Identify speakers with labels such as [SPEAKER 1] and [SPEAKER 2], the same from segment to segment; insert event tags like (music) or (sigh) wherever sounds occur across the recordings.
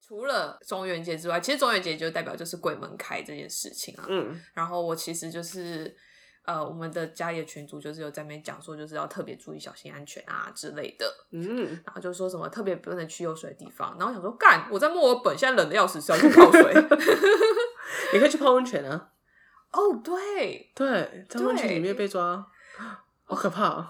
[SPEAKER 1] 除了中元节之外，其实中元节就代表就是鬼门开这件事情啊。
[SPEAKER 2] 嗯，
[SPEAKER 1] 然后我其实就是呃，我们的家里的群主就是有在那边讲说，就是要特别注意小心安全啊之类的。
[SPEAKER 2] 嗯，
[SPEAKER 1] 然后就说什么特别不能去有水的地方。然后我想说，干，我在墨尔本现在冷的要死，是要去泡水。
[SPEAKER 2] (laughs) 你可以去泡温泉啊。
[SPEAKER 1] 哦，对，
[SPEAKER 2] 对，在温泉里面被抓，好可怕、哦，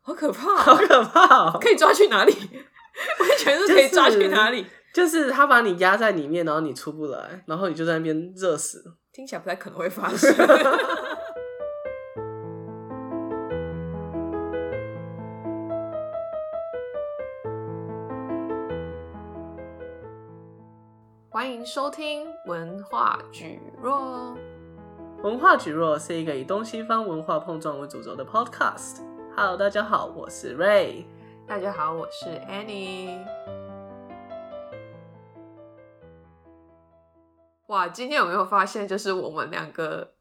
[SPEAKER 1] 好可
[SPEAKER 2] 好
[SPEAKER 1] 怕，
[SPEAKER 2] (laughs)
[SPEAKER 1] 啊
[SPEAKER 2] 可怕、
[SPEAKER 1] (laughs)
[SPEAKER 2] 哦！
[SPEAKER 1] 可以抓去哪里？完全是可以抓去哪里？
[SPEAKER 2] 就是他把你压在里面，然后你出不来，然后你就在那边热死。
[SPEAKER 1] 听起来不太可能会 (laughs) 发生。欢迎收听文化举弱。
[SPEAKER 2] 文化举弱是一个以东西方文化碰撞为主轴的 podcast。Hello，大家好，我是 Ray。
[SPEAKER 1] 大家好，我是 Annie。哇，今天有没有发现，就是我们两个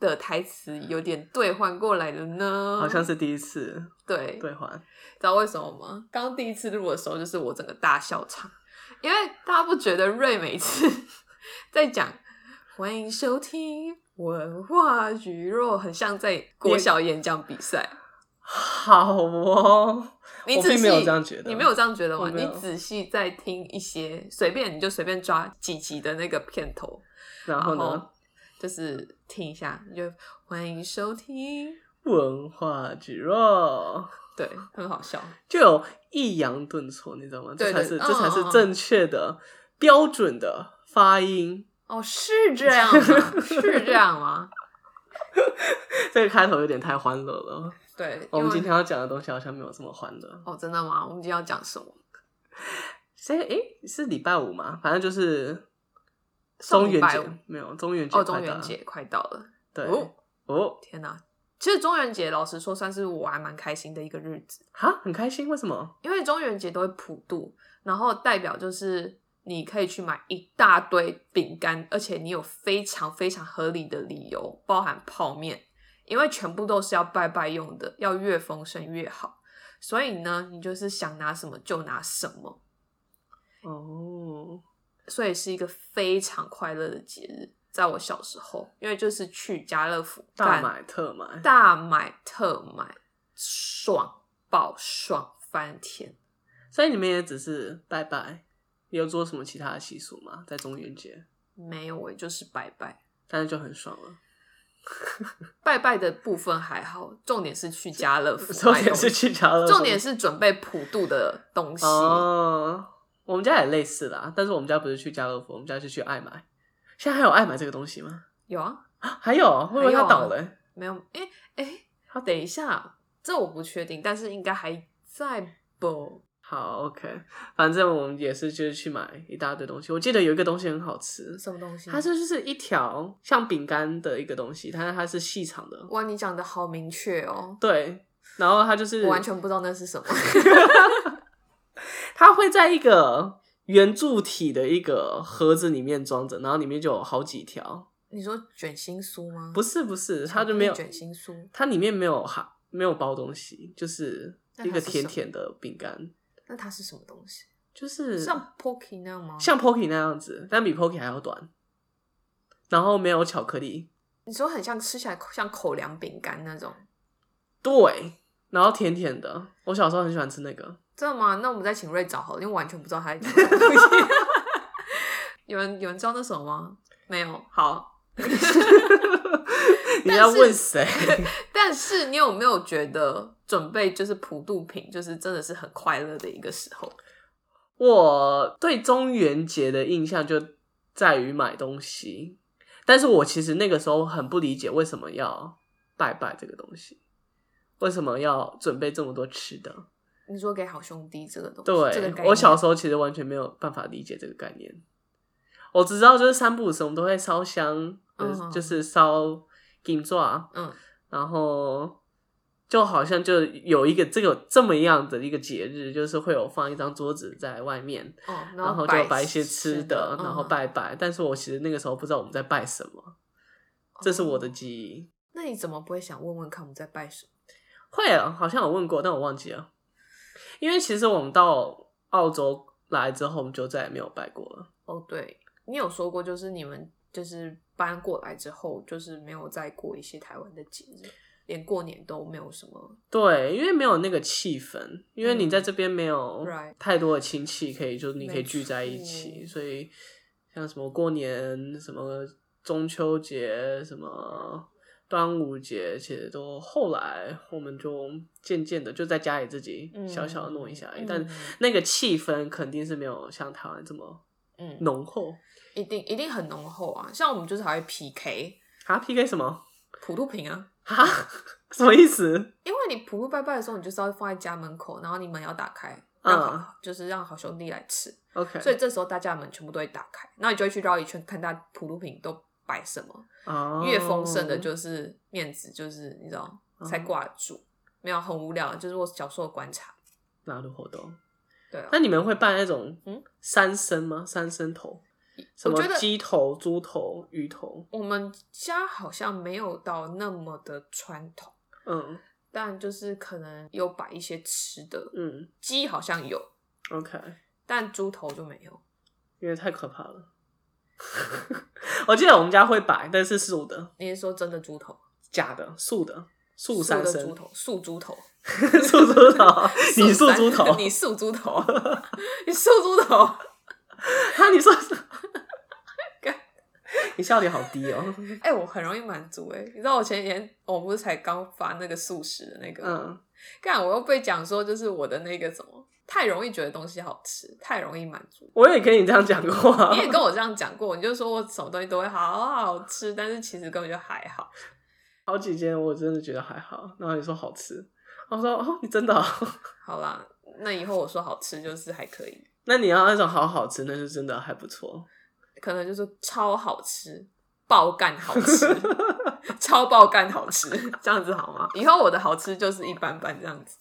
[SPEAKER 1] 的台词有点兑换过来了呢？
[SPEAKER 2] 好像是第一次
[SPEAKER 1] 对，
[SPEAKER 2] 兑换，
[SPEAKER 1] 知道为什么吗？刚第一次录的时候，就是我整个大笑场，因为大家不觉得瑞每次 (laughs) 在讲“欢迎收听文化娱乐”，很像在国小演讲比赛。
[SPEAKER 2] 好哦。
[SPEAKER 1] 你
[SPEAKER 2] 我
[SPEAKER 1] 仔
[SPEAKER 2] 并
[SPEAKER 1] 细
[SPEAKER 2] 没有这样觉得
[SPEAKER 1] 你没有这样觉得
[SPEAKER 2] 我
[SPEAKER 1] 吗？
[SPEAKER 2] 没
[SPEAKER 1] 你
[SPEAKER 2] 有
[SPEAKER 1] 仔细在听一些，随便你就随便抓几集的那个片头，
[SPEAKER 2] 然
[SPEAKER 1] 然
[SPEAKER 2] 后呢？
[SPEAKER 1] 后就是听一下，你就欢迎收听，
[SPEAKER 2] 文化举弱
[SPEAKER 1] 对，很好笑。
[SPEAKER 2] 就有抑扬顿挫，你知道吗？
[SPEAKER 1] 对
[SPEAKER 2] 这才
[SPEAKER 1] 对
[SPEAKER 2] 是
[SPEAKER 1] 嗯
[SPEAKER 2] 这才
[SPEAKER 1] 嗯嗯
[SPEAKER 2] 是正确的、标准的发音。
[SPEAKER 1] 哦，是这样
[SPEAKER 2] (laughs)
[SPEAKER 1] 吗？是这样吗？
[SPEAKER 2] 这个开头有点太欢乐了。
[SPEAKER 1] 对，
[SPEAKER 2] 我
[SPEAKER 1] 因
[SPEAKER 2] 们
[SPEAKER 1] 为
[SPEAKER 2] 今天要讲的东西好像没有这么欢乐。
[SPEAKER 1] 哦，真的吗？我们今天要讲什么？
[SPEAKER 2] 所以，诶，是礼拜五吗？反正就是
[SPEAKER 1] 上
[SPEAKER 2] 中元
[SPEAKER 1] 礼拜五
[SPEAKER 2] 节，没有中元节快
[SPEAKER 1] 哦，
[SPEAKER 2] 到了，
[SPEAKER 1] 中元节快到了，
[SPEAKER 2] 对
[SPEAKER 1] 哦
[SPEAKER 2] 哦，
[SPEAKER 1] 天哪！其实中元节老实说，算是我还蛮开心的一个日子。
[SPEAKER 2] 哈，很开心，为什么？
[SPEAKER 1] 因为中元节都会普渡，然后代表就是你可以去买一大堆饼干，而且你有非常非常合理的理由，包含泡面，因为全部都是要拜拜用的，要越丰盛越好。所以呢，你就是想拿什么就拿什么，
[SPEAKER 2] 哦，
[SPEAKER 1] 所以是一个非常快乐的节日。在我小时候，因为就是去家乐福
[SPEAKER 2] 大
[SPEAKER 1] 干
[SPEAKER 2] 买特买，
[SPEAKER 1] 大买特买，爽爆爽翻天！
[SPEAKER 2] 所以你们也只是拜拜，有做什么其他的习俗吗？在中元节，
[SPEAKER 1] 没有诶，就是拜拜。
[SPEAKER 2] 但是就很爽了。
[SPEAKER 1] 拜拜的部分还好，重点是去家乐福
[SPEAKER 2] (laughs) 重
[SPEAKER 1] 买
[SPEAKER 2] 点
[SPEAKER 1] 东西
[SPEAKER 2] 是去家乐福，
[SPEAKER 1] 重点是准备普渡的东西。
[SPEAKER 2] 哦，我们家也类似啦，但是我们家不是去家乐福，我们家是去爱买。现在还有爱买这个东西吗？
[SPEAKER 1] 有啊，
[SPEAKER 2] 啊还有，会不会
[SPEAKER 1] 还有
[SPEAKER 2] 它
[SPEAKER 1] 啊
[SPEAKER 2] 倒了欸、
[SPEAKER 1] 没有？哎、哎、等一下，这我不确定，但是应该还在不？
[SPEAKER 2] 好，OK，反正我们也是就是去买一大堆东西。我记得有一个东西很好吃，
[SPEAKER 1] 什么东西？
[SPEAKER 2] 它是就是一条像饼干的一个东西，但是它是细长的，
[SPEAKER 1] 哇，你讲的好明确哦，
[SPEAKER 2] 对。然后它就是
[SPEAKER 1] 我完全不知道那是什么。 (laughs)
[SPEAKER 2] 它会在一个圆柱体的一个盒子里面装着，然后里面就有好几条。
[SPEAKER 1] 你说卷心酥吗？
[SPEAKER 2] 不
[SPEAKER 1] 是，
[SPEAKER 2] 是不是，它就没有
[SPEAKER 1] 卷心酥，
[SPEAKER 2] 它里面没有哈没有包东西，就是
[SPEAKER 1] 那它
[SPEAKER 2] 一个
[SPEAKER 1] 是
[SPEAKER 2] 甜
[SPEAKER 1] 什么
[SPEAKER 2] 甜的饼干，
[SPEAKER 1] 那它是什么东西？
[SPEAKER 2] 就是
[SPEAKER 1] 像 Pocky 那样吗？
[SPEAKER 2] 像 Pocky 那样子，但比 Pocky 还要短，然后没有巧克力，
[SPEAKER 1] 你说很像吃起来像口粮饼干那种，
[SPEAKER 2] 对，然后甜甜的。我小时候很喜欢吃
[SPEAKER 1] (laughs)
[SPEAKER 2] 那个，
[SPEAKER 1] 真的吗？那我们再请瑞找好了，因为我完全不知道他在讲什么东西。 (laughs) 有人有人知道那什么吗？没有。好，
[SPEAKER 2] 你要问谁？ (laughs)
[SPEAKER 1] 但是你有没有觉得准备就是普渡品，就是真的是很快乐的一个时候？
[SPEAKER 2] 我对中元节的印象就在于买东西，但是我其实那个时候很不理解为什么要拜拜这个东西，为什么要准备这么多吃的。
[SPEAKER 1] 你说给好兄弟这个东西，这个
[SPEAKER 2] 对
[SPEAKER 1] 概，念
[SPEAKER 2] 我小时候其实完全没有办法理解这个概念。我只知道就是三不五时我们都会烧香，呃
[SPEAKER 1] 嗯
[SPEAKER 2] 就是烧金爪，
[SPEAKER 1] 嗯，
[SPEAKER 2] 然后就好像就有一个这个这么样的一个节日，就是会有放一张桌子在外面，
[SPEAKER 1] 哦，
[SPEAKER 2] 然
[SPEAKER 1] 后
[SPEAKER 2] 后就摆一些吃的，然后。
[SPEAKER 1] 嗯
[SPEAKER 2] 拜拜。但是我其实那个时候不知道我们在拜什么，这是
[SPEAKER 1] 哦
[SPEAKER 2] 我的记忆。
[SPEAKER 1] 那你怎么不会想问问看我们在拜什么？
[SPEAKER 2] 会啊，好像有问过，但我忘记了。因为其实我们到澳洲来之后，我们就再也没有拜过了。
[SPEAKER 1] 哦，对你有说过，就是你们就是搬过来之后，就是没有再过一些台湾的节日，连过年都没有什么。
[SPEAKER 2] 对，因为没有那个气氛，因为你在这边没有
[SPEAKER 1] 嗯 Right
[SPEAKER 2] 太多的亲戚可以，就是你可以聚在一
[SPEAKER 1] 没
[SPEAKER 2] 起，
[SPEAKER 1] 错
[SPEAKER 2] 所以像什么过年、什么中秋节、什么端午节，其实都后来我们就渐渐的就在家里自己
[SPEAKER 1] 嗯
[SPEAKER 2] 小小的弄一下而已，
[SPEAKER 1] 嗯
[SPEAKER 2] 但那个气氛肯定是没有像台湾这么
[SPEAKER 1] 嗯，
[SPEAKER 2] 浓厚。
[SPEAKER 1] 一定一定很浓厚啊！像我们就是还会 PK
[SPEAKER 2] 啊，PK 什么？
[SPEAKER 1] 普渡平啊，
[SPEAKER 2] 啊， (laughs) 什么意思？
[SPEAKER 1] 因为你普渡拜拜的时候，你就是要放在家门口，然后你门要打开，
[SPEAKER 2] 嗯
[SPEAKER 1] 让好、就是让好兄弟来吃，
[SPEAKER 2] OK，
[SPEAKER 1] 所以这时候大家的门全部都会打开，然后你就会去绕一圈，看大家普渡品都摆什么。
[SPEAKER 2] 哦
[SPEAKER 1] 越丰盛的就是面子，就是你知道
[SPEAKER 2] 哦
[SPEAKER 1] 才挂得住，没有很无聊，就是我小时候的观察。
[SPEAKER 2] 哪路活动。
[SPEAKER 1] 对啊
[SPEAKER 2] 那，你们会办那种
[SPEAKER 1] 嗯
[SPEAKER 2] 三牲吗？三牲头，什么
[SPEAKER 1] 觉得
[SPEAKER 2] 鸡头、猪头、鱼头？
[SPEAKER 1] 我们家好像没有到那么的传统，
[SPEAKER 2] 嗯
[SPEAKER 1] 但就是可能有摆一些吃的，
[SPEAKER 2] 嗯
[SPEAKER 1] 鸡好像有，
[SPEAKER 2] ，OK，
[SPEAKER 1] 但猪头就没有。
[SPEAKER 2] 因为太可怕了。 (laughs) 我记得我们家会摆，但是素的，
[SPEAKER 1] 你是说真的猪头？
[SPEAKER 2] 假的，素的，素
[SPEAKER 1] 素
[SPEAKER 2] 三
[SPEAKER 1] 的猪
[SPEAKER 2] 牲，
[SPEAKER 1] 头，素猪头，
[SPEAKER 2] (laughs) 素
[SPEAKER 1] (laughs)
[SPEAKER 2] 猪头，你素
[SPEAKER 1] 三
[SPEAKER 2] 猪头，
[SPEAKER 1] 你素猪头，你素猪头， (laughs)
[SPEAKER 2] 哈，啊你说什么
[SPEAKER 1] 干？
[SPEAKER 2] (laughs) 你笑点好低
[SPEAKER 1] (laughs)
[SPEAKER 2] 哦。
[SPEAKER 1] 哎、我很容易满足哎、你知道我前几天哦我不是才刚发那个素食的那个，
[SPEAKER 2] 嗯，
[SPEAKER 1] 干，我又被讲说就是我的那个什么，太容易觉得东西好吃，太容易满足。
[SPEAKER 2] 我也跟你这样讲过啊 (laughs)
[SPEAKER 1] 你。也跟我这样讲过，你就说我什么东西都会好好吃，但是其实根本就还好。
[SPEAKER 2] 好几间我真的觉得还好，然后你说好吃，我说哦，你真的、哦。
[SPEAKER 1] 好啦，那以后我说好吃就是还可以，
[SPEAKER 2] 那你要那种好好吃，那就真的还不错。
[SPEAKER 1] 可能就是超好吃，爆干好吃，超爆干好吃，这样子好吗？以后我的好吃就是一般般这样子。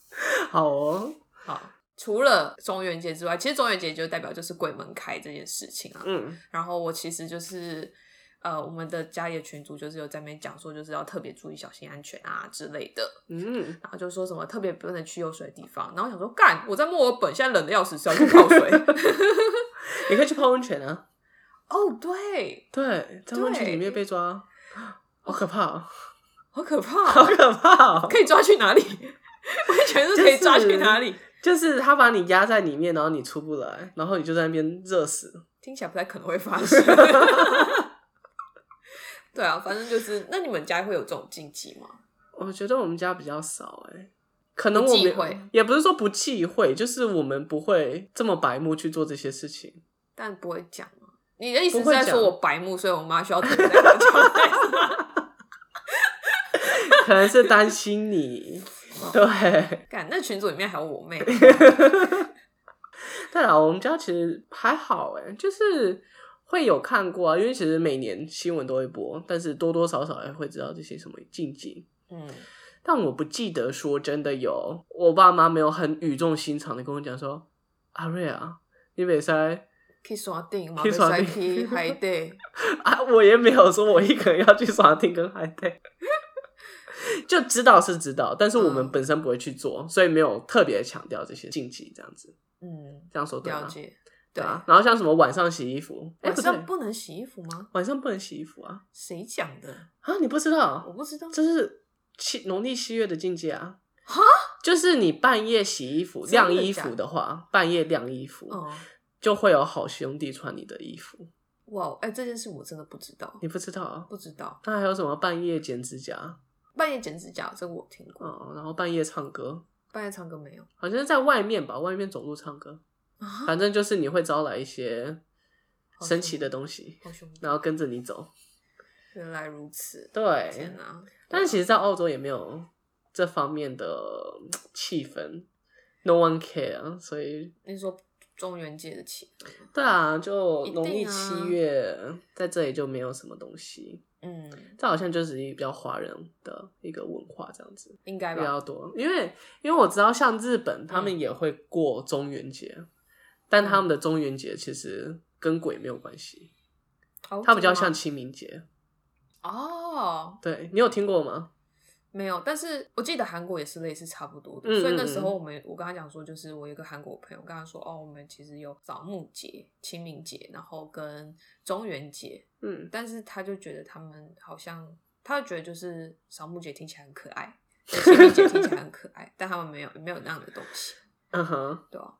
[SPEAKER 2] 好哦，
[SPEAKER 1] 好，除了中元节之外，其实中元节就代表就是鬼门开这件事情啊。
[SPEAKER 2] 嗯
[SPEAKER 1] 然后我其实就是呃，我们的家里的群主就是有在那边讲说，就是要特别注意小心安全啊之类的，
[SPEAKER 2] 嗯，
[SPEAKER 1] 然后就说什么特别不能去有水的地方。然后我想说，干，我在墨尔本现在冷的要死，是要去泡水？ (laughs)
[SPEAKER 2] 你可以去泡温泉啊。
[SPEAKER 1] 哦，对，
[SPEAKER 2] 对，在温泉里面被抓，好可怕、哦，
[SPEAKER 1] 好可
[SPEAKER 2] 好
[SPEAKER 1] 怕，
[SPEAKER 2] 可怕、哦！
[SPEAKER 1] 可以抓去哪里？ (laughs) 完全是可以抓去哪里？
[SPEAKER 2] 就是他把你压在里面，然后你出不来，然后你就在那边热死。
[SPEAKER 1] 听起来不太可能会发生。 (laughs) 对啊，反正就是，那你们家会有这种禁忌吗？
[SPEAKER 2] 我觉得我们家比较少哎、可能我
[SPEAKER 1] 不忌讳
[SPEAKER 2] 们也不是说不忌讳，就是我们不会这么白目去做这些事情。
[SPEAKER 1] 但不会讲吗？你的意思是
[SPEAKER 2] 不会
[SPEAKER 1] 在
[SPEAKER 2] 讲
[SPEAKER 1] 说我白目，所以我妈需要特别在我交代是吗
[SPEAKER 2] 可能是担心你。对，
[SPEAKER 1] 干，那群组里面还有我
[SPEAKER 2] (laughs)
[SPEAKER 1] 妹，
[SPEAKER 2] 对啊，我们家其实还好哎，就是会有看过啊，因为其实每年新闻都会播，但是多多少少也会知道这些什么禁忌。 (laughs)
[SPEAKER 1] 嗯，
[SPEAKER 2] 但我不记得说真的有，我爸妈没有很语重心长的跟我讲说，阿瑞啊，你别塞
[SPEAKER 1] 去刷顶嘛，
[SPEAKER 2] 去
[SPEAKER 1] 去
[SPEAKER 2] 山
[SPEAKER 1] 刷
[SPEAKER 2] 顶
[SPEAKER 1] 去海
[SPEAKER 2] (laughs)
[SPEAKER 1] 底，
[SPEAKER 2] 啊，我也没有说我一个人要去耍听跟海带。就知道是知道，但是我们
[SPEAKER 1] 嗯
[SPEAKER 2] 本身不会去做，所以没有特别强调这些禁忌，这样子，
[SPEAKER 1] 嗯，
[SPEAKER 2] 这样说对吗？
[SPEAKER 1] 了解，
[SPEAKER 2] 对
[SPEAKER 1] 对
[SPEAKER 2] 啊，然后像什么晚上洗衣服，哎、
[SPEAKER 1] 晚
[SPEAKER 2] 不
[SPEAKER 1] 上
[SPEAKER 2] 对，
[SPEAKER 1] 不能洗衣服吗？
[SPEAKER 2] 晚上不能洗衣服啊
[SPEAKER 1] 谁讲的？
[SPEAKER 2] 啊！你不知
[SPEAKER 1] 我
[SPEAKER 2] 道，
[SPEAKER 1] 不知道，
[SPEAKER 2] 这是七农历七月的禁忌啊！
[SPEAKER 1] 哈，
[SPEAKER 2] 就是你半夜洗衣服、
[SPEAKER 1] 真的
[SPEAKER 2] 晾衣
[SPEAKER 1] 假
[SPEAKER 2] 服
[SPEAKER 1] 的
[SPEAKER 2] 的话，半夜晾衣服、
[SPEAKER 1] 哦，
[SPEAKER 2] 就会有好兄弟穿你的衣服，
[SPEAKER 1] 哇，哎，这件事我真的不知道，
[SPEAKER 2] 你不知道啊？
[SPEAKER 1] 不知道，
[SPEAKER 2] 那还有什么半夜剪指甲，
[SPEAKER 1] 半夜剪指甲这个我听过，
[SPEAKER 2] 嗯，然后半夜唱歌，
[SPEAKER 1] 半夜唱歌
[SPEAKER 2] (laughs)
[SPEAKER 1] 没有
[SPEAKER 2] 好像是在外面吧，外面走路唱歌，
[SPEAKER 1] 啊？
[SPEAKER 2] 反正就是你会招来一些
[SPEAKER 1] 好
[SPEAKER 2] 神
[SPEAKER 1] 兄
[SPEAKER 2] 奇的东西，
[SPEAKER 1] 好凶，
[SPEAKER 2] 然后跟着你走。
[SPEAKER 1] 原来如此，
[SPEAKER 2] 对
[SPEAKER 1] 天，哪！
[SPEAKER 2] 但是其
[SPEAKER 1] 实
[SPEAKER 2] 实，在澳洲也没有这方面的嗯气氛，no one care，所以
[SPEAKER 1] 你说中元节的气氛吗，
[SPEAKER 2] 对啊，就
[SPEAKER 1] 一定啊
[SPEAKER 2] 农历七月在这里就没有什么东西，
[SPEAKER 1] 嗯，
[SPEAKER 2] 这好像就是一个比较华人的一个文化这样子
[SPEAKER 1] 应该
[SPEAKER 2] 比
[SPEAKER 1] 吧？嗯
[SPEAKER 2] 较多，因为因为我知道像日本他们也会过中元节，但他们的中元节其实跟鬼没有关系，
[SPEAKER 1] 哦
[SPEAKER 2] 它比较
[SPEAKER 1] 真的
[SPEAKER 2] 像
[SPEAKER 1] 吗
[SPEAKER 2] 清明节。
[SPEAKER 1] 哦，
[SPEAKER 2] 对你有听过吗？
[SPEAKER 1] 没有，但是我记得韩国也是类似差不多的，
[SPEAKER 2] 嗯
[SPEAKER 1] 所以
[SPEAKER 2] 嗯
[SPEAKER 1] 那时候
[SPEAKER 2] 嗯
[SPEAKER 1] 我们我跟他讲说，就是我有一个韩国朋友跟他说，哦，我们其实有扫墓节、清明节，然后跟中元节，
[SPEAKER 2] 嗯，
[SPEAKER 1] 但是他就觉得他们好像，他就觉得就是扫墓节听起来很可爱，清明节听起来很可爱，但他们没有没有那样的东西，
[SPEAKER 2] 嗯哼，
[SPEAKER 1] 对啊，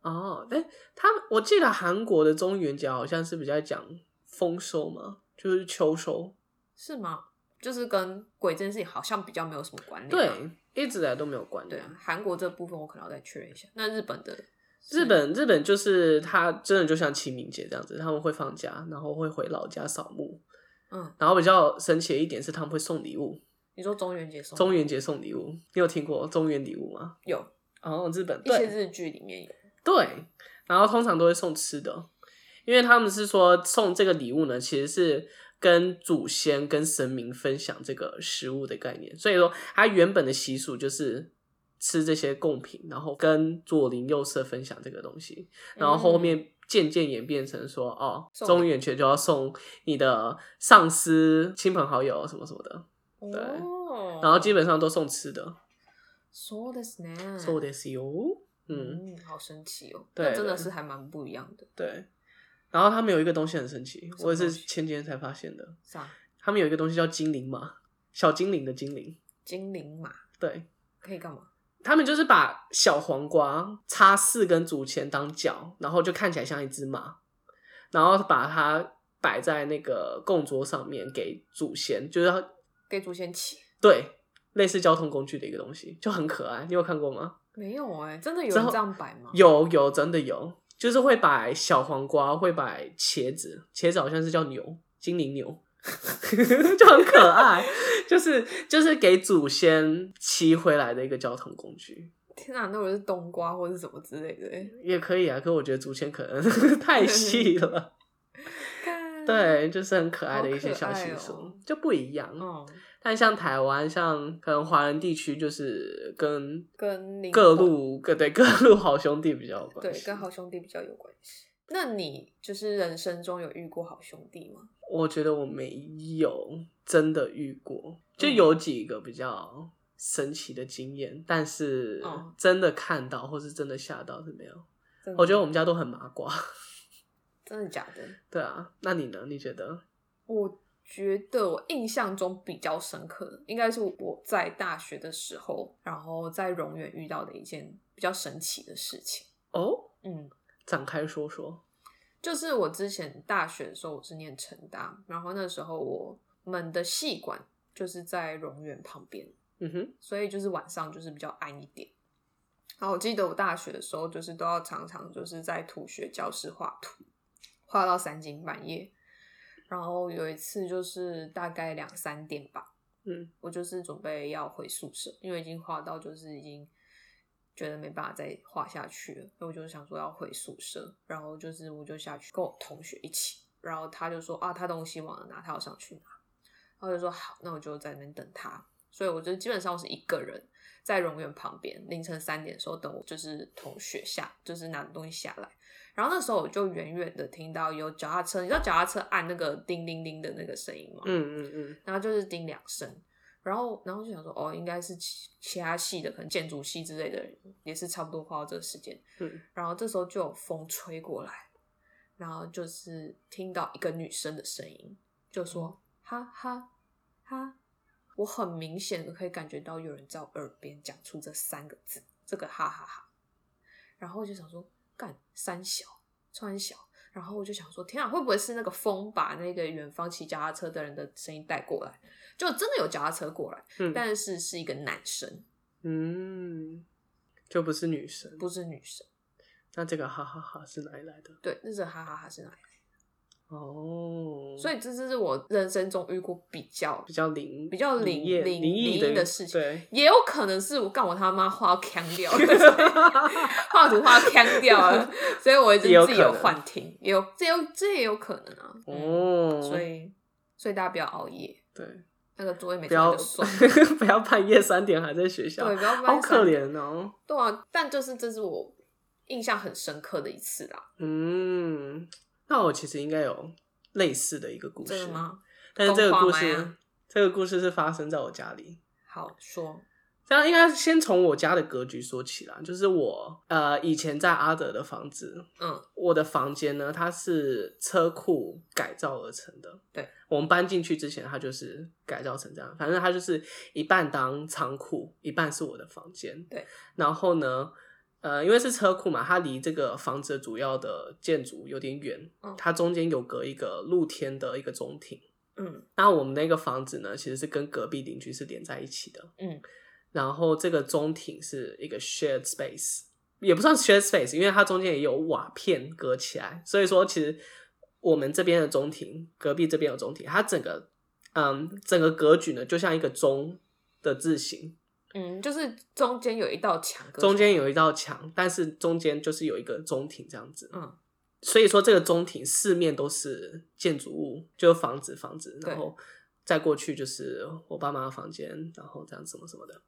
[SPEAKER 2] 哦，哎，他我记得韩国的中元节好像是比较讲丰收嘛，就是秋收，
[SPEAKER 1] 是吗？就是跟鬼这件事情好像比较没有什么关联、
[SPEAKER 2] 对，一直以来都没有关
[SPEAKER 1] 啊对
[SPEAKER 2] 联。
[SPEAKER 1] 啊，韩国这部分我可能要再确认一下。那日本的是
[SPEAKER 2] 日本日本就是它真的就像清明节这样子，他们会放假，然后会回老家扫墓，
[SPEAKER 1] 嗯，
[SPEAKER 2] 然后比较神奇的一点是他们会送礼物，
[SPEAKER 1] 你说中元节送
[SPEAKER 2] 中元节送礼物，你有听过中元礼物吗？
[SPEAKER 1] 有
[SPEAKER 2] 哦，日本
[SPEAKER 1] 一些
[SPEAKER 2] 对
[SPEAKER 1] 日剧里面有，
[SPEAKER 2] 对，然后通常都会送吃的，因为他们是说送这个礼物呢，其实是跟祖先跟神明分享这个食物的概念，所以说它原本的习俗就是。吃这些贡品，然后跟左邻右舍分享这个东西，然后后面渐渐演变成说，哦，
[SPEAKER 1] 送
[SPEAKER 2] 中元节就要送你的上司、亲朋好友什么什么的，
[SPEAKER 1] 嗯、
[SPEAKER 2] 对
[SPEAKER 1] 哦，
[SPEAKER 2] 然后基本上都送吃的。
[SPEAKER 1] そうですね，
[SPEAKER 2] そうですよ。嗯，
[SPEAKER 1] 嗯，好神奇哦，
[SPEAKER 2] 对
[SPEAKER 1] 那真的
[SPEAKER 2] 对
[SPEAKER 1] 是还蛮不一样的，
[SPEAKER 2] 对。然后他们有一个东西很神奇，
[SPEAKER 1] 什么
[SPEAKER 2] 我也是
[SPEAKER 1] 东西
[SPEAKER 2] 前几天才发现的。
[SPEAKER 1] 是啊，
[SPEAKER 2] 他们有一个东西叫精灵马，小精灵的精灵。
[SPEAKER 1] 精灵马
[SPEAKER 2] 对，
[SPEAKER 1] 可以干嘛？
[SPEAKER 2] 他们就是把小黄瓜插四根竹签当脚，然后就看起来像一只马，然后把它摆在那个供桌上面给祖先，就是要
[SPEAKER 1] 给祖先骑？
[SPEAKER 2] 对类似交通工具的一个东西，就很可爱。你有看过吗？
[SPEAKER 1] 没有哎、真的有
[SPEAKER 2] 之
[SPEAKER 1] 人
[SPEAKER 2] 后
[SPEAKER 1] 这样摆吗？
[SPEAKER 2] 有有，真的有，就是会摆小黄瓜，会摆茄子，茄子好像是叫牛，精灵牛， (laughs) 就很可爱，就是就是给祖先骑回来的一个交通工具，
[SPEAKER 1] 天啊，那我是冬瓜或是什么之类的、欸，
[SPEAKER 2] 也可以啊。可我觉得祖先可能 (laughs) 太
[SPEAKER 1] (laughs)
[SPEAKER 2] 细了，
[SPEAKER 1] 看，
[SPEAKER 2] 对，就是很可爱的一些
[SPEAKER 1] 好可
[SPEAKER 2] 小
[SPEAKER 1] 爱
[SPEAKER 2] 习俗，
[SPEAKER 1] 哦
[SPEAKER 2] 就不一样。
[SPEAKER 1] 嗯，
[SPEAKER 2] 但像台湾，像可能华人地区，就是跟
[SPEAKER 1] 跟灵
[SPEAKER 2] 各
[SPEAKER 1] 魂
[SPEAKER 2] 路各对各路好兄弟比较有关
[SPEAKER 1] 对
[SPEAKER 2] 系，
[SPEAKER 1] 跟好兄弟比较有关系。那你就是人生中有遇过好兄弟吗？
[SPEAKER 2] 我觉得我没有真的遇过，就
[SPEAKER 1] 嗯
[SPEAKER 2] 有几个比较神奇的经验，但是
[SPEAKER 1] 嗯
[SPEAKER 2] 真的看到或是真的吓到是没有。
[SPEAKER 1] 真的
[SPEAKER 2] 我觉得我们家都很麻瓜， (laughs)
[SPEAKER 1] 真的假的？
[SPEAKER 2] 对啊。那你呢？你觉得？
[SPEAKER 1] 我觉得我印象中比较深刻的，应该是我在大学的时候，然后在荣园遇到的一件比较神奇的事情。
[SPEAKER 2] 哦，
[SPEAKER 1] 嗯，
[SPEAKER 2] 展开说说。
[SPEAKER 1] 就是我之前大学的时候，我是念成大，然后那时候我们的系馆就是在荣园旁边，
[SPEAKER 2] 嗯哼，
[SPEAKER 1] 所以就是晚上就是比较暗一点。然后我记得我大学的时候，就是都要常常就是在图学教室画图，画到三更半夜。然后有一次就是大概两三点吧，
[SPEAKER 2] 嗯，
[SPEAKER 1] 我就是准备要回宿舍，因为已经画到就是已经觉得没办法再画下去了，所以我就想说要回宿舍，然后就是我就下去跟我同学一起，然后他就说啊，他东西忘了拿，他要上去拿，然后我就说好，那我就在那边等他，所以我就基本上我是一个人在荣园旁边，凌晨三点的时候等我就是同学下，就是拿东西下来。然后那时候我就远远的听到有脚踏车，你知道脚踏车按那个叮叮叮的那个声音吗？
[SPEAKER 2] 嗯嗯嗯，
[SPEAKER 1] 然后就是叮两声，然后然后就想说，哦，应该是其其他系的，可能建筑系之类的人也是差不多快到这个时间，
[SPEAKER 2] 嗯，
[SPEAKER 1] 然后这时候就有风吹过来，然后就是听到一个女生的声音，就说哈哈哈，我很明显的可以感觉到有人在我耳边讲出这三个字，这个哈哈哈，然后我就想说，干三小穿小。然后我就想说，天啊，会不会是那个风把那个远方骑脚踏车的人的声音带过来？就真的有脚踏车过来，
[SPEAKER 2] 嗯
[SPEAKER 1] 但是是一个男生，
[SPEAKER 2] 嗯，就不是女生。
[SPEAKER 1] 不是女生。
[SPEAKER 2] 那这个哈哈哈是哪里来的？
[SPEAKER 1] 对，那是哈哈哈是哪里来
[SPEAKER 2] 哦，
[SPEAKER 1] 的？所以这就是我人生中遇过比较
[SPEAKER 2] 比较灵，
[SPEAKER 1] 比较灵
[SPEAKER 2] 灵
[SPEAKER 1] 灵
[SPEAKER 2] 灵异
[SPEAKER 1] 灵异的事情
[SPEAKER 2] 对，
[SPEAKER 1] 也有可能是我干我他妈画到腔掉了， (laughs) 画图画腔掉了，所以我已经
[SPEAKER 2] 也有
[SPEAKER 1] 自己
[SPEAKER 2] 可
[SPEAKER 1] 有
[SPEAKER 2] 能
[SPEAKER 1] 幻听，也有这有这也有可能啊。嗯
[SPEAKER 2] 哦，
[SPEAKER 1] 所以所以大家不要熬夜，
[SPEAKER 2] 对，
[SPEAKER 1] 那个作业没
[SPEAKER 2] 不
[SPEAKER 1] 做完
[SPEAKER 2] 要
[SPEAKER 1] 就算了。
[SPEAKER 2] (laughs) 不要半夜三点还在学校，
[SPEAKER 1] 对，不要
[SPEAKER 2] 好
[SPEAKER 1] 搬
[SPEAKER 2] 可
[SPEAKER 1] 散
[SPEAKER 2] 怜哦。
[SPEAKER 1] 对啊，但就是这是我印象很深刻的一次啦。
[SPEAKER 2] 嗯，那我其实应该有类似的一个故事，
[SPEAKER 1] 真的？吗？
[SPEAKER 2] 但是这个故
[SPEAKER 1] 公话
[SPEAKER 2] 事，
[SPEAKER 1] 吗
[SPEAKER 2] 这个故事是发生在我家里。
[SPEAKER 1] 好说，
[SPEAKER 2] 这样应该先从我家的格局说起啦，就是我呃以前在阿德的房子，
[SPEAKER 1] 嗯，
[SPEAKER 2] 我的房间呢，它是车库改造而成的。
[SPEAKER 1] 对，
[SPEAKER 2] 我们搬进去之前，它就是改造成这样，反正它就是一半当仓库，一半是我的房间。
[SPEAKER 1] 对，
[SPEAKER 2] 然后呢，呃，因为是车库嘛，它离这个房子主要的建筑有点远，
[SPEAKER 1] 嗯
[SPEAKER 2] 它中间有隔一个露天的一个中庭。
[SPEAKER 1] 嗯
[SPEAKER 2] 那我们那个房子呢，其实是跟隔壁邻居是连在一起的。
[SPEAKER 1] 嗯，
[SPEAKER 2] 然后这个中庭是一个 shared space，也不算 shared space，因为它中间也有瓦片隔起来，所以说其实我们这边的中庭，隔壁这边有中庭，它整个嗯整个格局呢，就像一个钟的字形，
[SPEAKER 1] 嗯，就是中间有一道墙，
[SPEAKER 2] 中间有一道墙，但是中间就是有一个中庭这样子。
[SPEAKER 1] 嗯
[SPEAKER 2] 所以说这个中庭四面都是建筑物，就是房子房子，
[SPEAKER 1] 对
[SPEAKER 2] 然后再过去就是我爸妈的房间，然后这样什么什么的。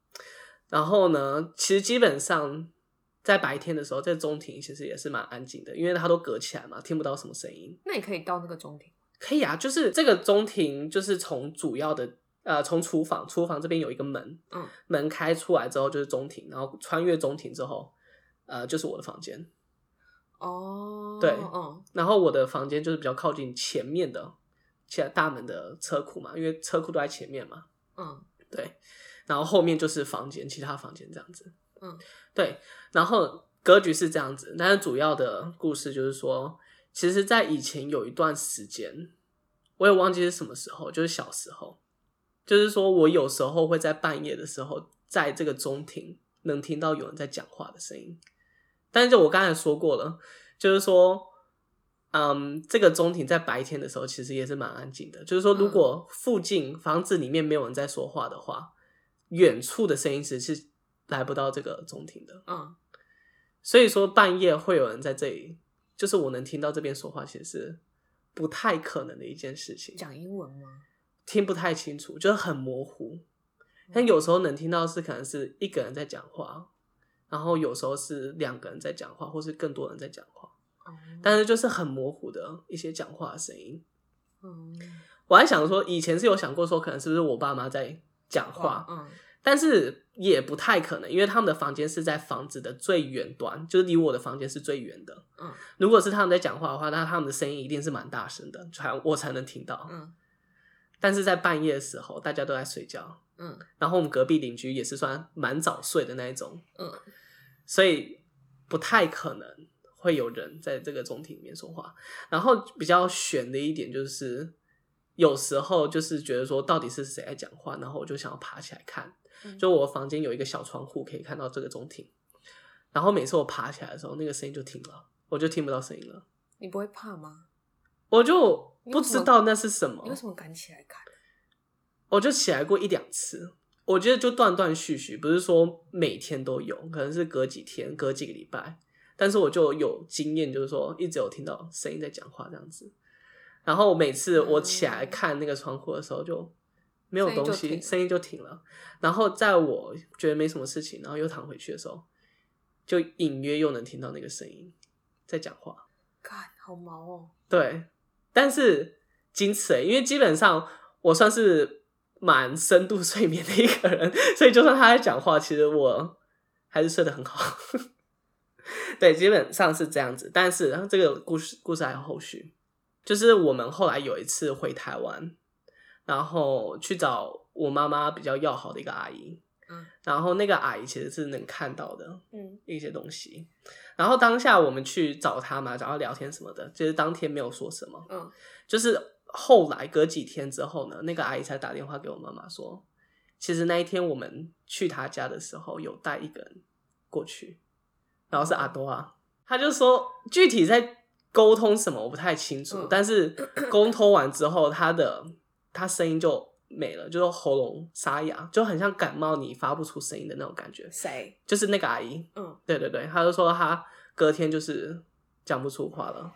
[SPEAKER 2] 然后呢，其实基本上在白天的时候，在中庭其实也是蛮安静的，因为它都隔起来嘛，听不到什么声音。
[SPEAKER 1] 那你可以到那个中庭，
[SPEAKER 2] 可以啊，就是这个中庭就是从主要的。呃，从厨房，厨房这边有一个门，
[SPEAKER 1] 嗯，
[SPEAKER 2] 门开出来之后就是中庭，然后穿越中庭之后，呃，就是我的房间。
[SPEAKER 1] 哦，
[SPEAKER 2] 对
[SPEAKER 1] 嗯
[SPEAKER 2] 然后我的房间就是比较靠近前面的前大门的车库嘛，因为车库都在前面嘛，
[SPEAKER 1] 嗯
[SPEAKER 2] 对。然后后面就是房间，其他房间这样子，
[SPEAKER 1] 嗯，
[SPEAKER 2] 对。然后格局是这样子，但是主要的故事就是说，其实，在以前有一段时间，我也忘记是什么时候，就是小时候，就是说我有时候会在半夜的时候，在这个中庭能听到有人在讲话的声音，但是就我刚才说过了，就是说，嗯，这个中庭在白天的时候其实也是蛮安静的。就是说，如果附近房子里面没有人在说话的话，远处的声音其实是来不到这个中庭的。
[SPEAKER 1] 嗯，
[SPEAKER 2] 所以说，半夜会有人在这里，就是我能听到这边说话，其实是不太可能的一件事情。
[SPEAKER 1] 讲英文吗？
[SPEAKER 2] 听不太清楚，就是很模糊。
[SPEAKER 1] 嗯
[SPEAKER 2] 但有时候能听到是可能是一个人在讲话，然后有时候是两个人在讲话，或是更多人在讲话，
[SPEAKER 1] 嗯
[SPEAKER 2] 但是就是很模糊的一些讲话的声音。
[SPEAKER 1] 嗯
[SPEAKER 2] 我还想说，以前是有想过说，可能是不是我爸妈在讲话，
[SPEAKER 1] 嗯
[SPEAKER 2] 但是也不太可能，因为他们的房间是在房子的最远端，就是离我的房间是最远的。
[SPEAKER 1] 嗯
[SPEAKER 2] 如果是他们在讲话的话，那他们的声音一定是蛮大声的，才我才能听到。
[SPEAKER 1] 嗯
[SPEAKER 2] 但是在半夜的时候，大家都在睡觉，
[SPEAKER 1] 嗯
[SPEAKER 2] 然后我们隔壁邻居也是算蛮早睡的那一种，
[SPEAKER 1] 嗯
[SPEAKER 2] 所以不太可能会有人在这个中庭里面说话。然后比较悬的一点就是，有时候就是觉得说到底是谁在讲话，然后我就想要爬起来看。
[SPEAKER 1] 嗯，
[SPEAKER 2] 就我房间有一个小窗户可以看到这个中庭，然后每次我爬起来的时候，那个声音就停了，我就听不到声音了，
[SPEAKER 1] 你不会怕吗？
[SPEAKER 2] 我就
[SPEAKER 1] 你
[SPEAKER 2] 不
[SPEAKER 1] 为什么
[SPEAKER 2] 知道那是什么
[SPEAKER 1] 你为。什么敢起来看？
[SPEAKER 2] 我就起来过一两次，我觉得就断断续续，不是说每天都有，可能是隔几天、隔几个礼拜，但是我就有经验，就是说一直有听到声音在讲话这样子。然后每次我起来看那个窗户的时候，就没有东
[SPEAKER 1] 嗯声音就停
[SPEAKER 2] 西，
[SPEAKER 1] 了
[SPEAKER 2] 声音就停了。然后在我觉得没什么事情，然后又躺回去的时候，就隐约又能听到那个声音在讲话。
[SPEAKER 1] 看，好毛哦。
[SPEAKER 2] 对，但是仅此而已，因为基本上我算是蛮深度睡眠的一个人，所以就算他在讲话，其实我还是睡得很好。 (laughs) 对，基本上是这样子。但是然后这个故事故事还有后续，就是我们后来有一次回台湾，然后去找我妈妈比较要好的一个阿姨，
[SPEAKER 1] 嗯
[SPEAKER 2] 然后那个阿姨其实是能看到的，
[SPEAKER 1] 嗯
[SPEAKER 2] 一些东西。然后当下我们去找他嘛，找他聊天什么的，就是当天没有说什么。
[SPEAKER 1] 嗯
[SPEAKER 2] 就是后来隔几天之后呢，那个阿姨才打电话给我妈妈说，其实那一天我们去他家的时候有带一个人过去，然后是阿多啊，他就说具体在沟通什么我不太清楚，
[SPEAKER 1] 嗯
[SPEAKER 2] 但是沟通完之后，他的他声音就没了，就是喉咙沙哑，就很像感冒你发不出声音的那种感觉，
[SPEAKER 1] 谁？
[SPEAKER 2] 就是那个阿姨。
[SPEAKER 1] 嗯，
[SPEAKER 2] 对对对，他就说他隔天就是讲不出话了。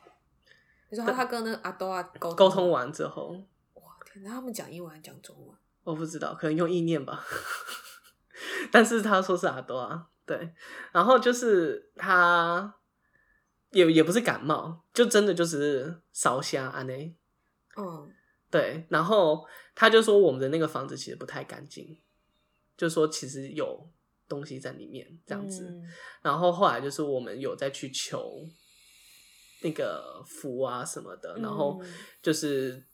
[SPEAKER 1] 你说他他跟那个阿多啊沟
[SPEAKER 2] 沟通，完之后，
[SPEAKER 1] 哇天哪，他们讲英文还讲中文？
[SPEAKER 2] 我不知道，可能用意念吧。 (laughs) 但是他说是阿多啊，对，然后就是他也也不是感冒，就真的就只是烧香安内。
[SPEAKER 1] 嗯
[SPEAKER 2] 对，然后他就说我们的那个房子其实不太干净，就说其实有东西在里面这样子。
[SPEAKER 1] 嗯
[SPEAKER 2] 然后后来就是我们有再去求那个符啊什么的，
[SPEAKER 1] 嗯
[SPEAKER 2] 然后就是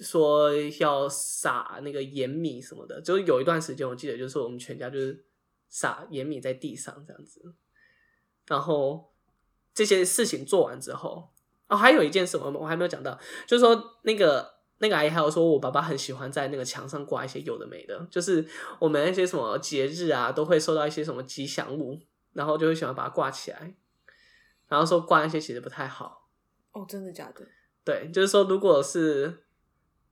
[SPEAKER 2] 说要撒那个盐米什么的，就是有一段时间我记得就是我们全家就是撒盐米在地上这样子，然后这些事情做完之后，哦，还有一件什么我还没有讲到，就是说那个。那个阿姨还有说，我爸爸很喜欢在那个墙上挂一些有的没的，就是我们那些什么节日啊，都会收到一些什么吉祥物，然后就会喜欢把它挂起来，然后说挂那些其实不太好。
[SPEAKER 1] 哦，真的假的？
[SPEAKER 2] 对，就是说如果是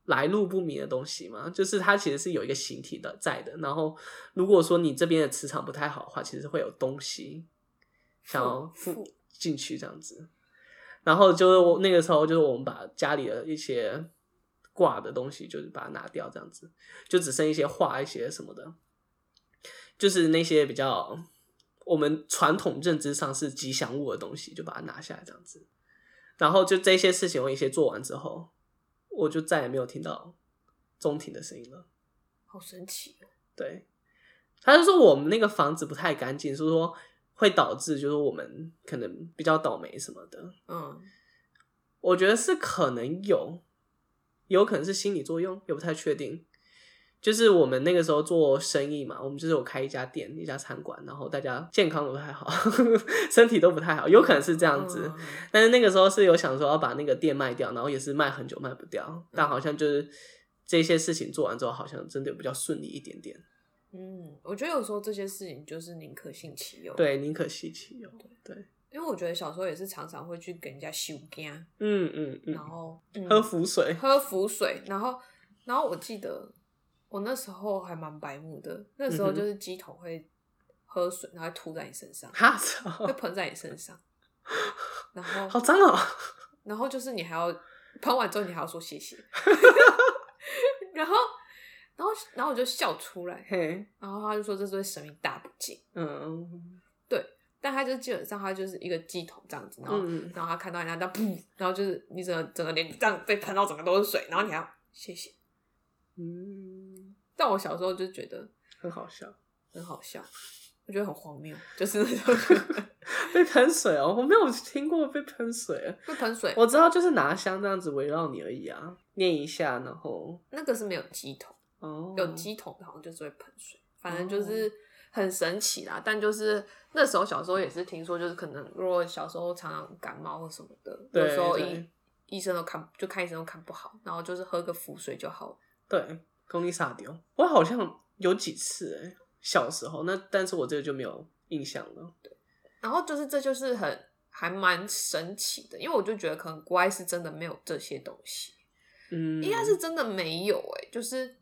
[SPEAKER 2] 来路不明的东西嘛，就是它其实是有一个形体的在的。然后如果说你这边的磁场不太好的话，其实会有东西想要
[SPEAKER 1] 附
[SPEAKER 2] 附进去这样子。然后就是我那个时候，就是我们把家里的一些挂的东西，就是把它拿掉，这样子，就只剩一些画一些什么的，就是那些比较我们传统认知上是吉祥物的东西，就把它拿下来这样子。然后就这些事情，我一些做完之后，我就再也没有听到中庭的声音了。
[SPEAKER 1] 好神奇哦！
[SPEAKER 2] 对，他就说我们那个房子不太干净，是说会导致就是我们可能比较倒霉什么的。
[SPEAKER 1] 嗯，
[SPEAKER 2] 我觉得是可能有，有可能是心理作用，也不太确定。就是我们那个时候做生意嘛，我们就是有开一家店，一家餐馆，然后大家健康都不太好， (laughs) 身体都不太好，有可能是这样子。
[SPEAKER 1] 嗯
[SPEAKER 2] 但是那个时候是有想说要把那个店卖掉，然后也是卖很久卖不掉，但好像就是这些事情做完之后，好像真的比较顺利一点点。
[SPEAKER 1] 嗯，我觉得有时候这些事情就是宁可信其有。，
[SPEAKER 2] 对，宁可惜其有。嗯对，
[SPEAKER 1] 因为我觉得小时候也是常常会去给人家修干，
[SPEAKER 2] 嗯嗯
[SPEAKER 1] 然
[SPEAKER 2] 嗯，
[SPEAKER 1] 后、嗯、
[SPEAKER 2] 喝符水，
[SPEAKER 1] 喝符水，然后然后我记得我那时候还蛮白目的，那
[SPEAKER 2] 嗯
[SPEAKER 1] 时候就是鸡桶会喝水，然后吐在你身
[SPEAKER 2] (laughs)
[SPEAKER 1] 上，
[SPEAKER 2] 哈
[SPEAKER 1] 会
[SPEAKER 2] 操，
[SPEAKER 1] 喷在你身
[SPEAKER 2] (laughs)
[SPEAKER 1] 上，然后
[SPEAKER 2] 好脏 (laughs) 哦！
[SPEAKER 1] 然后就是你还要喷完之后你还要说谢
[SPEAKER 2] (laughs)
[SPEAKER 1] 谢，然后然后然后我就笑出来，
[SPEAKER 2] 嘿，
[SPEAKER 1] 然后他就说这对神明大不敬，
[SPEAKER 2] 嗯
[SPEAKER 1] 但他就基本上他就是一个鸡桶这样子，然后、
[SPEAKER 2] 嗯，
[SPEAKER 1] 然后他看到人家这样噗，然后就是你整个整个脸这样被喷到整个都是水，然后你还要谢谢。
[SPEAKER 2] 嗯，
[SPEAKER 1] 但我小时候就觉得
[SPEAKER 2] 很好笑。
[SPEAKER 1] 很好笑，我觉得很荒谬，就是那种
[SPEAKER 2] 被喷水哦，我没有听过被喷水，
[SPEAKER 1] 会喷水，
[SPEAKER 2] 我知道就是拿香这样子围绕你而已啊，念一下，然后
[SPEAKER 1] 那个是没有鸡桶，
[SPEAKER 2] 哦，
[SPEAKER 1] 有鸡桶的好像就是会喷水，反正就是很神奇啦。但就是那时候小时候也是听说，就是可能如果小时候常常感冒或什么的，有
[SPEAKER 2] 对
[SPEAKER 1] 时候
[SPEAKER 2] 对
[SPEAKER 1] 医医生都看就看医生都看不好，然后就是喝个符水就好了。
[SPEAKER 2] 对，公力撒丢，我好像有几次哎、小时候那，但是我这个就没有印象了。
[SPEAKER 1] 然后就是这就是很还蛮神奇的，因为我就觉得可能国外是真的没有这些东西，
[SPEAKER 2] 嗯，
[SPEAKER 1] 应该是真的没有哎、就是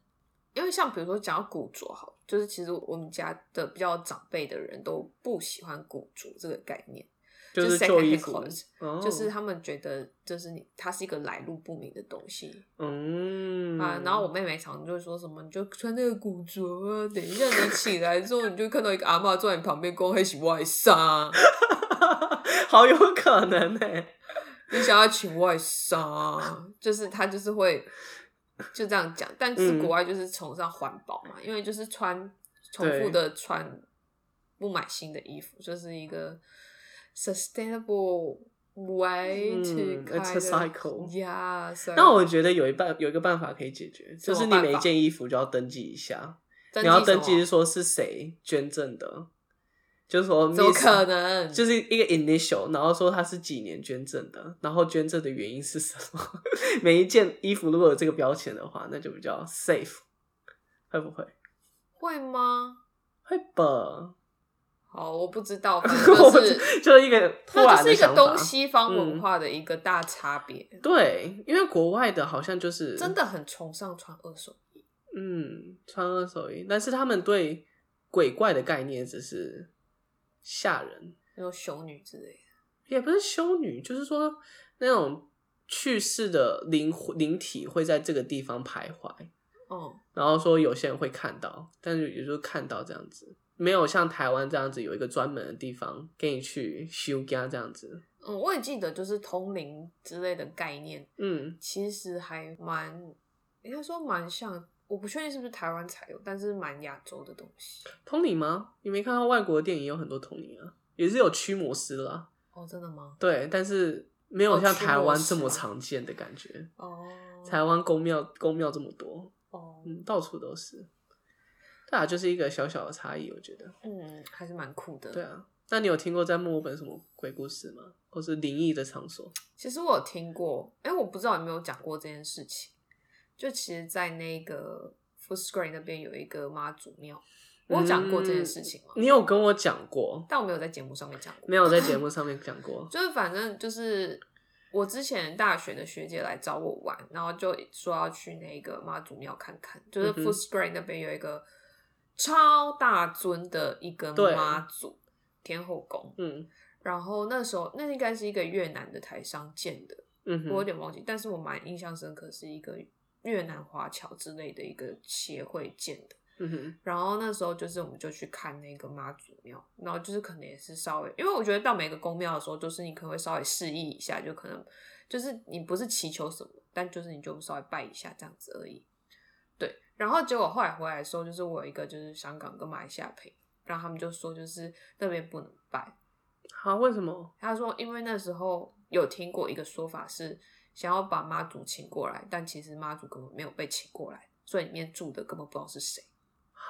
[SPEAKER 1] 因为像比如说讲到古着好，就是其实我们家的比较长辈的人都不喜欢古着这个概念，
[SPEAKER 2] 就是
[SPEAKER 1] 就是
[SPEAKER 2] 旧衣
[SPEAKER 1] second
[SPEAKER 2] 服
[SPEAKER 1] hand，
[SPEAKER 2] 哦
[SPEAKER 1] 就是他们觉得就是你它是一个来路不明的东西、
[SPEAKER 2] 嗯
[SPEAKER 1] 啊。然后我妹妹常常就会说什么，你就穿那个古着啊，等一下你起来之后，你就看到一个阿嬷坐在你旁边，跟我一起外杀，
[SPEAKER 2] (laughs)
[SPEAKER 1] 啊
[SPEAKER 2] 好有可能欸呢、
[SPEAKER 1] 你想要请外杀，就是他就是会就这样讲，但是
[SPEAKER 2] 嗯
[SPEAKER 1] 国外就是崇尚环保嘛，因为就是穿重复的穿，不买新的衣服，就是一个 sustainable way
[SPEAKER 2] 嗯
[SPEAKER 1] to
[SPEAKER 2] it's a
[SPEAKER 1] kind
[SPEAKER 2] cycle
[SPEAKER 1] of- yeah，so-
[SPEAKER 2] 那我觉得有一办有一个办法可以解决，
[SPEAKER 1] 什
[SPEAKER 2] 就
[SPEAKER 1] 么
[SPEAKER 2] 是你
[SPEAKER 1] 办法
[SPEAKER 2] 每一件衣服就要登记一下，
[SPEAKER 1] 登
[SPEAKER 2] 你要
[SPEAKER 1] 记
[SPEAKER 2] 登记
[SPEAKER 1] 什
[SPEAKER 2] 是
[SPEAKER 1] 么
[SPEAKER 2] 说是谁捐赠的，就是说
[SPEAKER 1] 怎么
[SPEAKER 2] miss-
[SPEAKER 1] 可能？
[SPEAKER 2] 就是一个 initial，然后说它是几年捐赠的，然后捐赠的原因是什么？ (laughs) 每一件衣服如果有这个标签的话，那就比较 safe，会不会？
[SPEAKER 1] 会吗？
[SPEAKER 2] 会吧，
[SPEAKER 1] 好，我不知道，反正
[SPEAKER 2] (laughs) 我
[SPEAKER 1] 就是
[SPEAKER 2] 就就是一个突
[SPEAKER 1] 它就
[SPEAKER 2] 然
[SPEAKER 1] 是
[SPEAKER 2] 的
[SPEAKER 1] 一个
[SPEAKER 2] 想法嗯
[SPEAKER 1] 东。西方文化的一个大差别，
[SPEAKER 2] 对，因为国外的好像就是
[SPEAKER 1] 真，的很崇尚穿二手衣。
[SPEAKER 2] 嗯，穿二手衣，但是他们对鬼怪的概念只是吓人，
[SPEAKER 1] 那种修女之类的，
[SPEAKER 2] 也不是修女，就是说那种去世的灵魂灵体会在这个地方徘徊。
[SPEAKER 1] 哦、
[SPEAKER 2] 然后说有些人会看到，但是也就是看到这样子，没有像台湾这样子有一个专门的地方给你去修家这样子。
[SPEAKER 1] 嗯，我也记得，就是通灵之类的概念，
[SPEAKER 2] 嗯
[SPEAKER 1] 其实还蛮，应该说蛮像我不确定是不是台湾才有，但是蛮亚洲的东西。
[SPEAKER 2] 通灵吗？你没看到外国的电影有很多通灵啊，也是有驱魔师啦，
[SPEAKER 1] 哦，真的吗？
[SPEAKER 2] 对，但是没有
[SPEAKER 1] 哦
[SPEAKER 2] 像
[SPEAKER 1] 驱
[SPEAKER 2] 台湾
[SPEAKER 1] 魔师
[SPEAKER 2] 这么
[SPEAKER 1] 啊
[SPEAKER 2] 常见的感觉。
[SPEAKER 1] 哦，
[SPEAKER 2] 台湾宫庙宫庙这么多，
[SPEAKER 1] 哦，
[SPEAKER 2] 嗯，到处都是。对啊，就是一个小小的差异，我觉得。
[SPEAKER 1] 嗯，还是蛮酷的。
[SPEAKER 2] 对啊，那你有听过在墨尔本什么鬼故事吗？或是灵异的场所？
[SPEAKER 1] 其实我有听过，哎、我不知道有没有讲过这件事情。就其实，在那个 f o o t Screen 那边有一个妈祖庙，我有讲过这件
[SPEAKER 2] 嗯
[SPEAKER 1] 事情吗？
[SPEAKER 2] 你有跟我讲过？
[SPEAKER 1] 但我没有在节目上面讲过。
[SPEAKER 2] 没有在节目上面讲
[SPEAKER 1] (laughs)
[SPEAKER 2] 过。
[SPEAKER 1] 就是反正就是我之前大学的学姐来找我玩，然后就说要去那个妈祖庙看看，就是
[SPEAKER 2] 嗯哼
[SPEAKER 1] Foot Spring 那边有一个超大尊的一个
[SPEAKER 2] 对
[SPEAKER 1] 妈祖天后宫，
[SPEAKER 2] 嗯
[SPEAKER 1] 然后那时候那应该是一个越南的台商建的，
[SPEAKER 2] 嗯
[SPEAKER 1] 我有
[SPEAKER 2] 哼，
[SPEAKER 1] 点忘记，但是我蛮印象深刻，是一个越南华侨之类的一个协会建的。
[SPEAKER 2] 嗯哼，
[SPEAKER 1] 然后那时候就是我们就去看那个妈祖庙，然后就是可能也是稍微，因为我觉得到每个宫庙的时候，就是你可能会稍微示意一下，就可能就是你不是祈求什么，但就是你就稍微拜一下这样子而已。对，然后结果后来回来的时候，就是我有一个就是香港跟马来西亚朋友，然后他们就说就是那边不能拜，
[SPEAKER 2] 好，为什么？
[SPEAKER 1] 他说因为那时候有听过一个说法是想要把妈祖请过来，但其实妈祖根本没有被请过来，所以里面住的根本不知道是谁。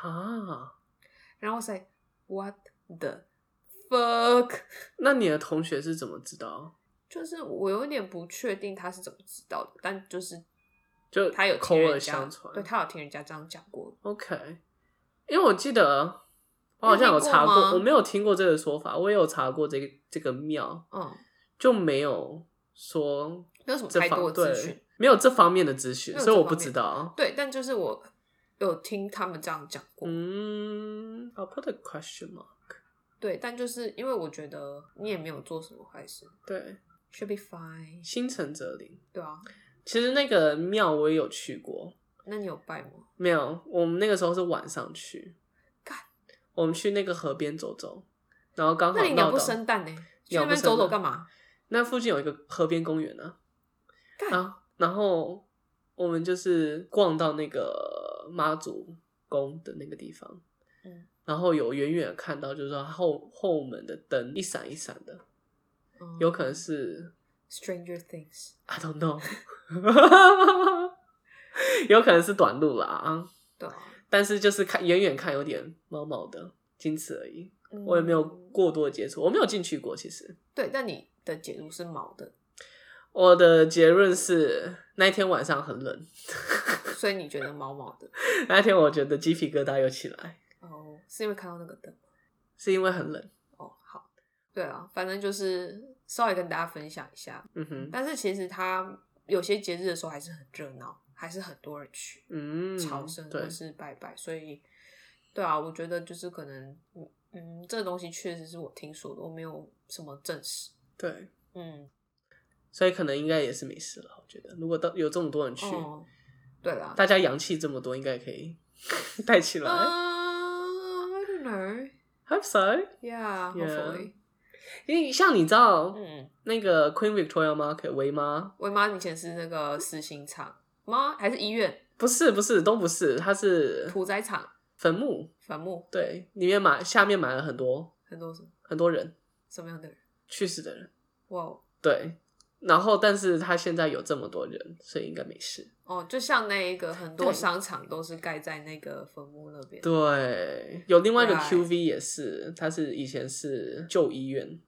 [SPEAKER 2] 啊？
[SPEAKER 1] 然后 say what the fuck，
[SPEAKER 2] 那你的同学是怎么知道？
[SPEAKER 1] 就是我有点不确定他是怎么知道的，但就是
[SPEAKER 2] 就
[SPEAKER 1] 他有
[SPEAKER 2] 口
[SPEAKER 1] 听
[SPEAKER 2] 耳
[SPEAKER 1] 人家
[SPEAKER 2] 相，传。
[SPEAKER 1] 对他有听人家这样讲过，
[SPEAKER 2] OK，因为我记得我好像有查
[SPEAKER 1] 你有听过吗
[SPEAKER 2] 我没有听过这个说法，我也有查过这个这个庙，
[SPEAKER 1] 嗯，
[SPEAKER 2] 就没有说
[SPEAKER 1] 没有什么
[SPEAKER 2] 这
[SPEAKER 1] 太多
[SPEAKER 2] 方
[SPEAKER 1] 的资讯
[SPEAKER 2] 对，没有这方面的资讯，
[SPEAKER 1] 没有
[SPEAKER 2] 所以
[SPEAKER 1] 这
[SPEAKER 2] 我不
[SPEAKER 1] 方
[SPEAKER 2] 知
[SPEAKER 1] 面
[SPEAKER 2] 道。
[SPEAKER 1] 对，但就是我有听他们这样讲过，
[SPEAKER 2] 嗯，I'll put a question mark。
[SPEAKER 1] 对，但就是因为我觉得你也没有做什么坏事
[SPEAKER 2] 对，
[SPEAKER 1] ，should be fine，
[SPEAKER 2] 心诚则灵。
[SPEAKER 1] 对啊，
[SPEAKER 2] 其实那个庙我也有去过，
[SPEAKER 1] 那你有拜吗？
[SPEAKER 2] 没有，我们那个时候是晚上去
[SPEAKER 1] 干，
[SPEAKER 2] 我们去那个河边走走，然后刚好
[SPEAKER 1] 那你鸟
[SPEAKER 2] 闹
[SPEAKER 1] 不
[SPEAKER 2] 到
[SPEAKER 1] 生蛋呢、去
[SPEAKER 2] 鸟
[SPEAKER 1] 那
[SPEAKER 2] 不
[SPEAKER 1] 边
[SPEAKER 2] 生
[SPEAKER 1] 走走
[SPEAKER 2] 蛋啊
[SPEAKER 1] 干嘛？
[SPEAKER 2] 那附近有一个河边公园啊，
[SPEAKER 1] 干
[SPEAKER 2] 然后然后我们就是逛到那个妈祖宫的那个地方，
[SPEAKER 1] 嗯
[SPEAKER 2] 然后有远远地看到，就是说后后门的灯一闪一闪的，
[SPEAKER 1] 嗯
[SPEAKER 2] 有可能是
[SPEAKER 1] Stranger Things，
[SPEAKER 2] I don't know，有可能是短路啦啊，
[SPEAKER 1] 对啊，
[SPEAKER 2] 但是就是看远远看有点毛毛的，仅此而已。
[SPEAKER 1] 嗯
[SPEAKER 2] 我也没有过多的接触，我没有进去过。其实
[SPEAKER 1] 对，但你的解读是毛的，
[SPEAKER 2] 我的结论是那一天晚上很冷，
[SPEAKER 1] 所以你觉得毛毛的。
[SPEAKER 2] 那一天我觉得鸡皮疙瘩又起来，
[SPEAKER 1] 哦，是因为看到那个灯吗
[SPEAKER 2] 是因为很冷。
[SPEAKER 1] 哦，好，对啊，反正就是稍微跟大家分享一下。
[SPEAKER 2] 嗯哼，
[SPEAKER 1] 但是其实它有些节日的时候还是很热闹，还是很多人去
[SPEAKER 2] 嗯，
[SPEAKER 1] 朝圣
[SPEAKER 2] 对
[SPEAKER 1] 或，是拜拜，所以对啊，我觉得就是可能，嗯嗯，这个东西确实是我听说的，我没有什么证实。
[SPEAKER 2] 对，
[SPEAKER 1] 嗯，
[SPEAKER 2] 所以可能应该也是没事了。我觉得，如果到有这么多人去，
[SPEAKER 1] 哦，对啦，
[SPEAKER 2] 大家阳气这么多，应该可
[SPEAKER 1] (laughs)
[SPEAKER 2] 以带起来。
[SPEAKER 1] 嗯、i don't know,
[SPEAKER 2] Hope so。
[SPEAKER 1] yeah, hopefully，
[SPEAKER 2] 因为像你知道，
[SPEAKER 1] 嗯，
[SPEAKER 2] 那个 Queen Victoria Market 维吗？
[SPEAKER 1] 我妈以前是那个私心厂妈，还是医院
[SPEAKER 2] 不是，不是，都不是，它是
[SPEAKER 1] 屠宰场
[SPEAKER 2] 坟墓。
[SPEAKER 1] 坟墓，
[SPEAKER 2] 对，里面埋下面埋了很多
[SPEAKER 1] 很多什么
[SPEAKER 2] 很多人
[SPEAKER 1] 什么样的人？
[SPEAKER 2] 去世的人。
[SPEAKER 1] 哇哦
[SPEAKER 2] 对，然后但是他现在有这么多人，所以应该没事。
[SPEAKER 1] 哦，就像那一个很多
[SPEAKER 2] 对
[SPEAKER 1] 商场都是盖在那个坟墓那边。
[SPEAKER 2] 对，有另外一个
[SPEAKER 1] Right
[SPEAKER 2] QV 也是，它是以前是旧医院。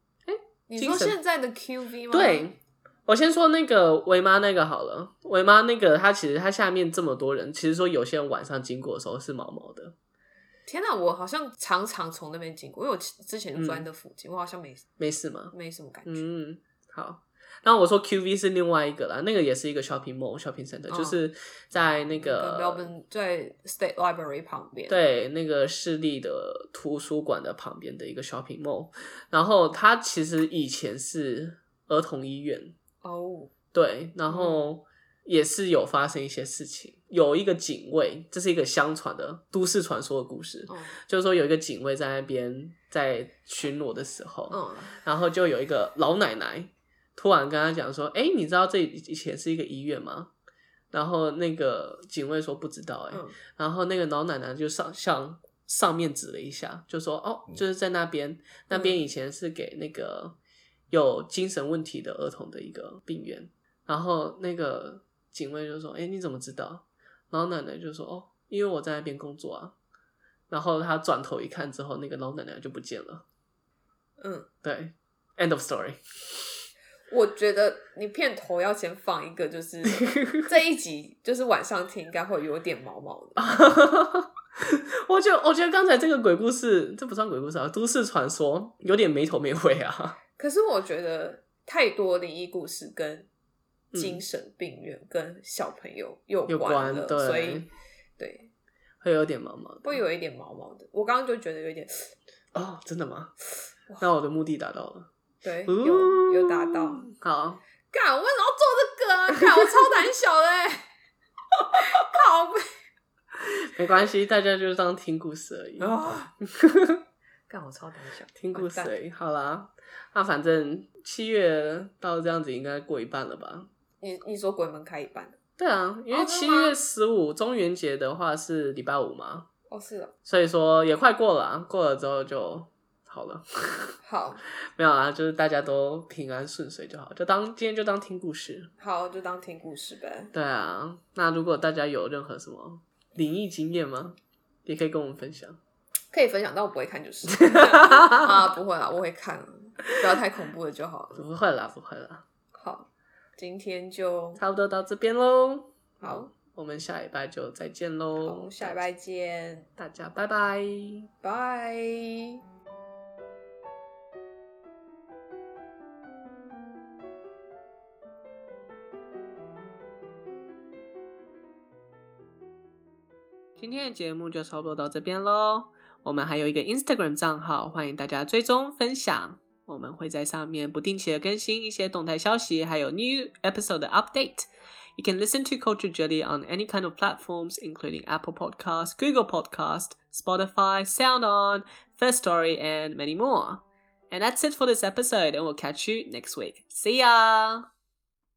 [SPEAKER 1] 你说
[SPEAKER 2] 精神
[SPEAKER 1] 现在的 QV 吗？
[SPEAKER 2] 对，我先说那个维妈那个好了，维妈那个它其实它下面这么多人，其实说有些人晚上经过的时候是毛毛的，
[SPEAKER 1] 天哪，我好像常常从那边经过，因为我之前就住在
[SPEAKER 2] 嗯
[SPEAKER 1] 那附近，我好像没
[SPEAKER 2] 没事吗？
[SPEAKER 1] 没什么感觉。
[SPEAKER 2] 嗯，好。然后我说 QV 是另外一个啦，那个也是一个 shopping mall shopping center，、
[SPEAKER 1] 哦
[SPEAKER 2] 就是在那
[SPEAKER 1] 跟
[SPEAKER 2] 个
[SPEAKER 1] Melbourne 在 State Library 旁边，，
[SPEAKER 2] 对那个市立的图书馆的旁边的一个 shopping mall。然后它其实以前是儿童医院，
[SPEAKER 1] 哦，
[SPEAKER 2] 对，然后也是有发生一些事情。有一个警卫，这是一个相传的都市传说的故事，
[SPEAKER 1] 嗯
[SPEAKER 2] 就是说有一个警卫在那边在巡逻的时候，
[SPEAKER 1] 嗯，
[SPEAKER 2] 然后就有一个老奶奶突然跟他讲说：“哎，你知道这以前是一个医院吗？”然后那个警卫说不知道、欸，哎、
[SPEAKER 1] 嗯
[SPEAKER 2] 然后那个老奶奶就上向上面指了一下，就说：“哦，就是在那边，那边以前是给那个有精神问题的儿童的一个病院。”然后那个警卫就说：“哎，你怎么知道？”老奶奶就说：“哦，因为我在那边工作啊。”然后他转头一看之后，那个老奶奶就不见了。
[SPEAKER 1] 嗯，
[SPEAKER 2] 对，end of story。 (laughs)
[SPEAKER 1] 我觉得你片头要先放一个，就是这一集就是晚上听应该会有点毛毛的。
[SPEAKER 2] 我觉得，我觉得刚才这个鬼故事，这不算鬼故事啊，都市传说有点没头没尾啊。
[SPEAKER 1] 可是我觉得太多灵异故事跟精神病院跟小朋友有
[SPEAKER 2] 有
[SPEAKER 1] 关
[SPEAKER 2] 关
[SPEAKER 1] 了，
[SPEAKER 2] 对
[SPEAKER 1] 所以对
[SPEAKER 2] 会有点茫茫的
[SPEAKER 1] 会有一点毛毛的。我刚刚就觉得有点
[SPEAKER 2] 哦，真的吗？那我的目的达到了，
[SPEAKER 1] 对，
[SPEAKER 2] 嗯
[SPEAKER 1] 有有达到。
[SPEAKER 2] 好，
[SPEAKER 1] 干，我为什么要做这个啊？干，我超胆小的、欸，靠背
[SPEAKER 2] 没关系，大家就当听故事而已，
[SPEAKER 1] 啊！ (laughs) 干，我超胆小，
[SPEAKER 2] 听故事
[SPEAKER 1] 完蛋
[SPEAKER 2] 而已。好啦，那反正七月到这样子应该过一半了吧？
[SPEAKER 1] 你你说鬼门开一半
[SPEAKER 2] 对啊，因
[SPEAKER 1] 哦
[SPEAKER 2] 为
[SPEAKER 1] 真
[SPEAKER 2] 七
[SPEAKER 1] 的吗
[SPEAKER 2] 月十五中元节的话是礼拜五嘛，
[SPEAKER 1] 哦，是哦，
[SPEAKER 2] 所以说也快过了、啊，过了之后就好了。
[SPEAKER 1] 好
[SPEAKER 2] 没有啊，就是大家都平安顺遂就好，就当今天就当听故事。
[SPEAKER 1] 好就当听故事呗。
[SPEAKER 2] 对啊，那如果大家有任何什么灵异经验吗？也可以跟我们分享。
[SPEAKER 1] 可以分享，但我不会看就是 (laughs) 啊，不会啦，我会看，不要太恐怖的就好了。
[SPEAKER 2] 不会啦，不会啦，
[SPEAKER 1] 好，今天就
[SPEAKER 2] 差不多到这边喽。
[SPEAKER 1] 好，
[SPEAKER 2] 我们下礼拜就再见
[SPEAKER 1] 好，
[SPEAKER 2] 喽
[SPEAKER 1] 我，们下礼拜见，
[SPEAKER 2] 大家拜拜。
[SPEAKER 1] 拜。
[SPEAKER 2] 今天的节目就差不多到这边喽。我们还有一个 Instagram 账号，欢迎大家追踪分享。我们会在上面不定期的更新一些动态消息，还有 new episode 的 update。You can listen to Culture Jelly on any kind of platforms, including Apple Podcast, Google Podcast, Spotify, SoundOn, First Story, and many more. And that's it for this episode, and we'll catch you next week. See ya!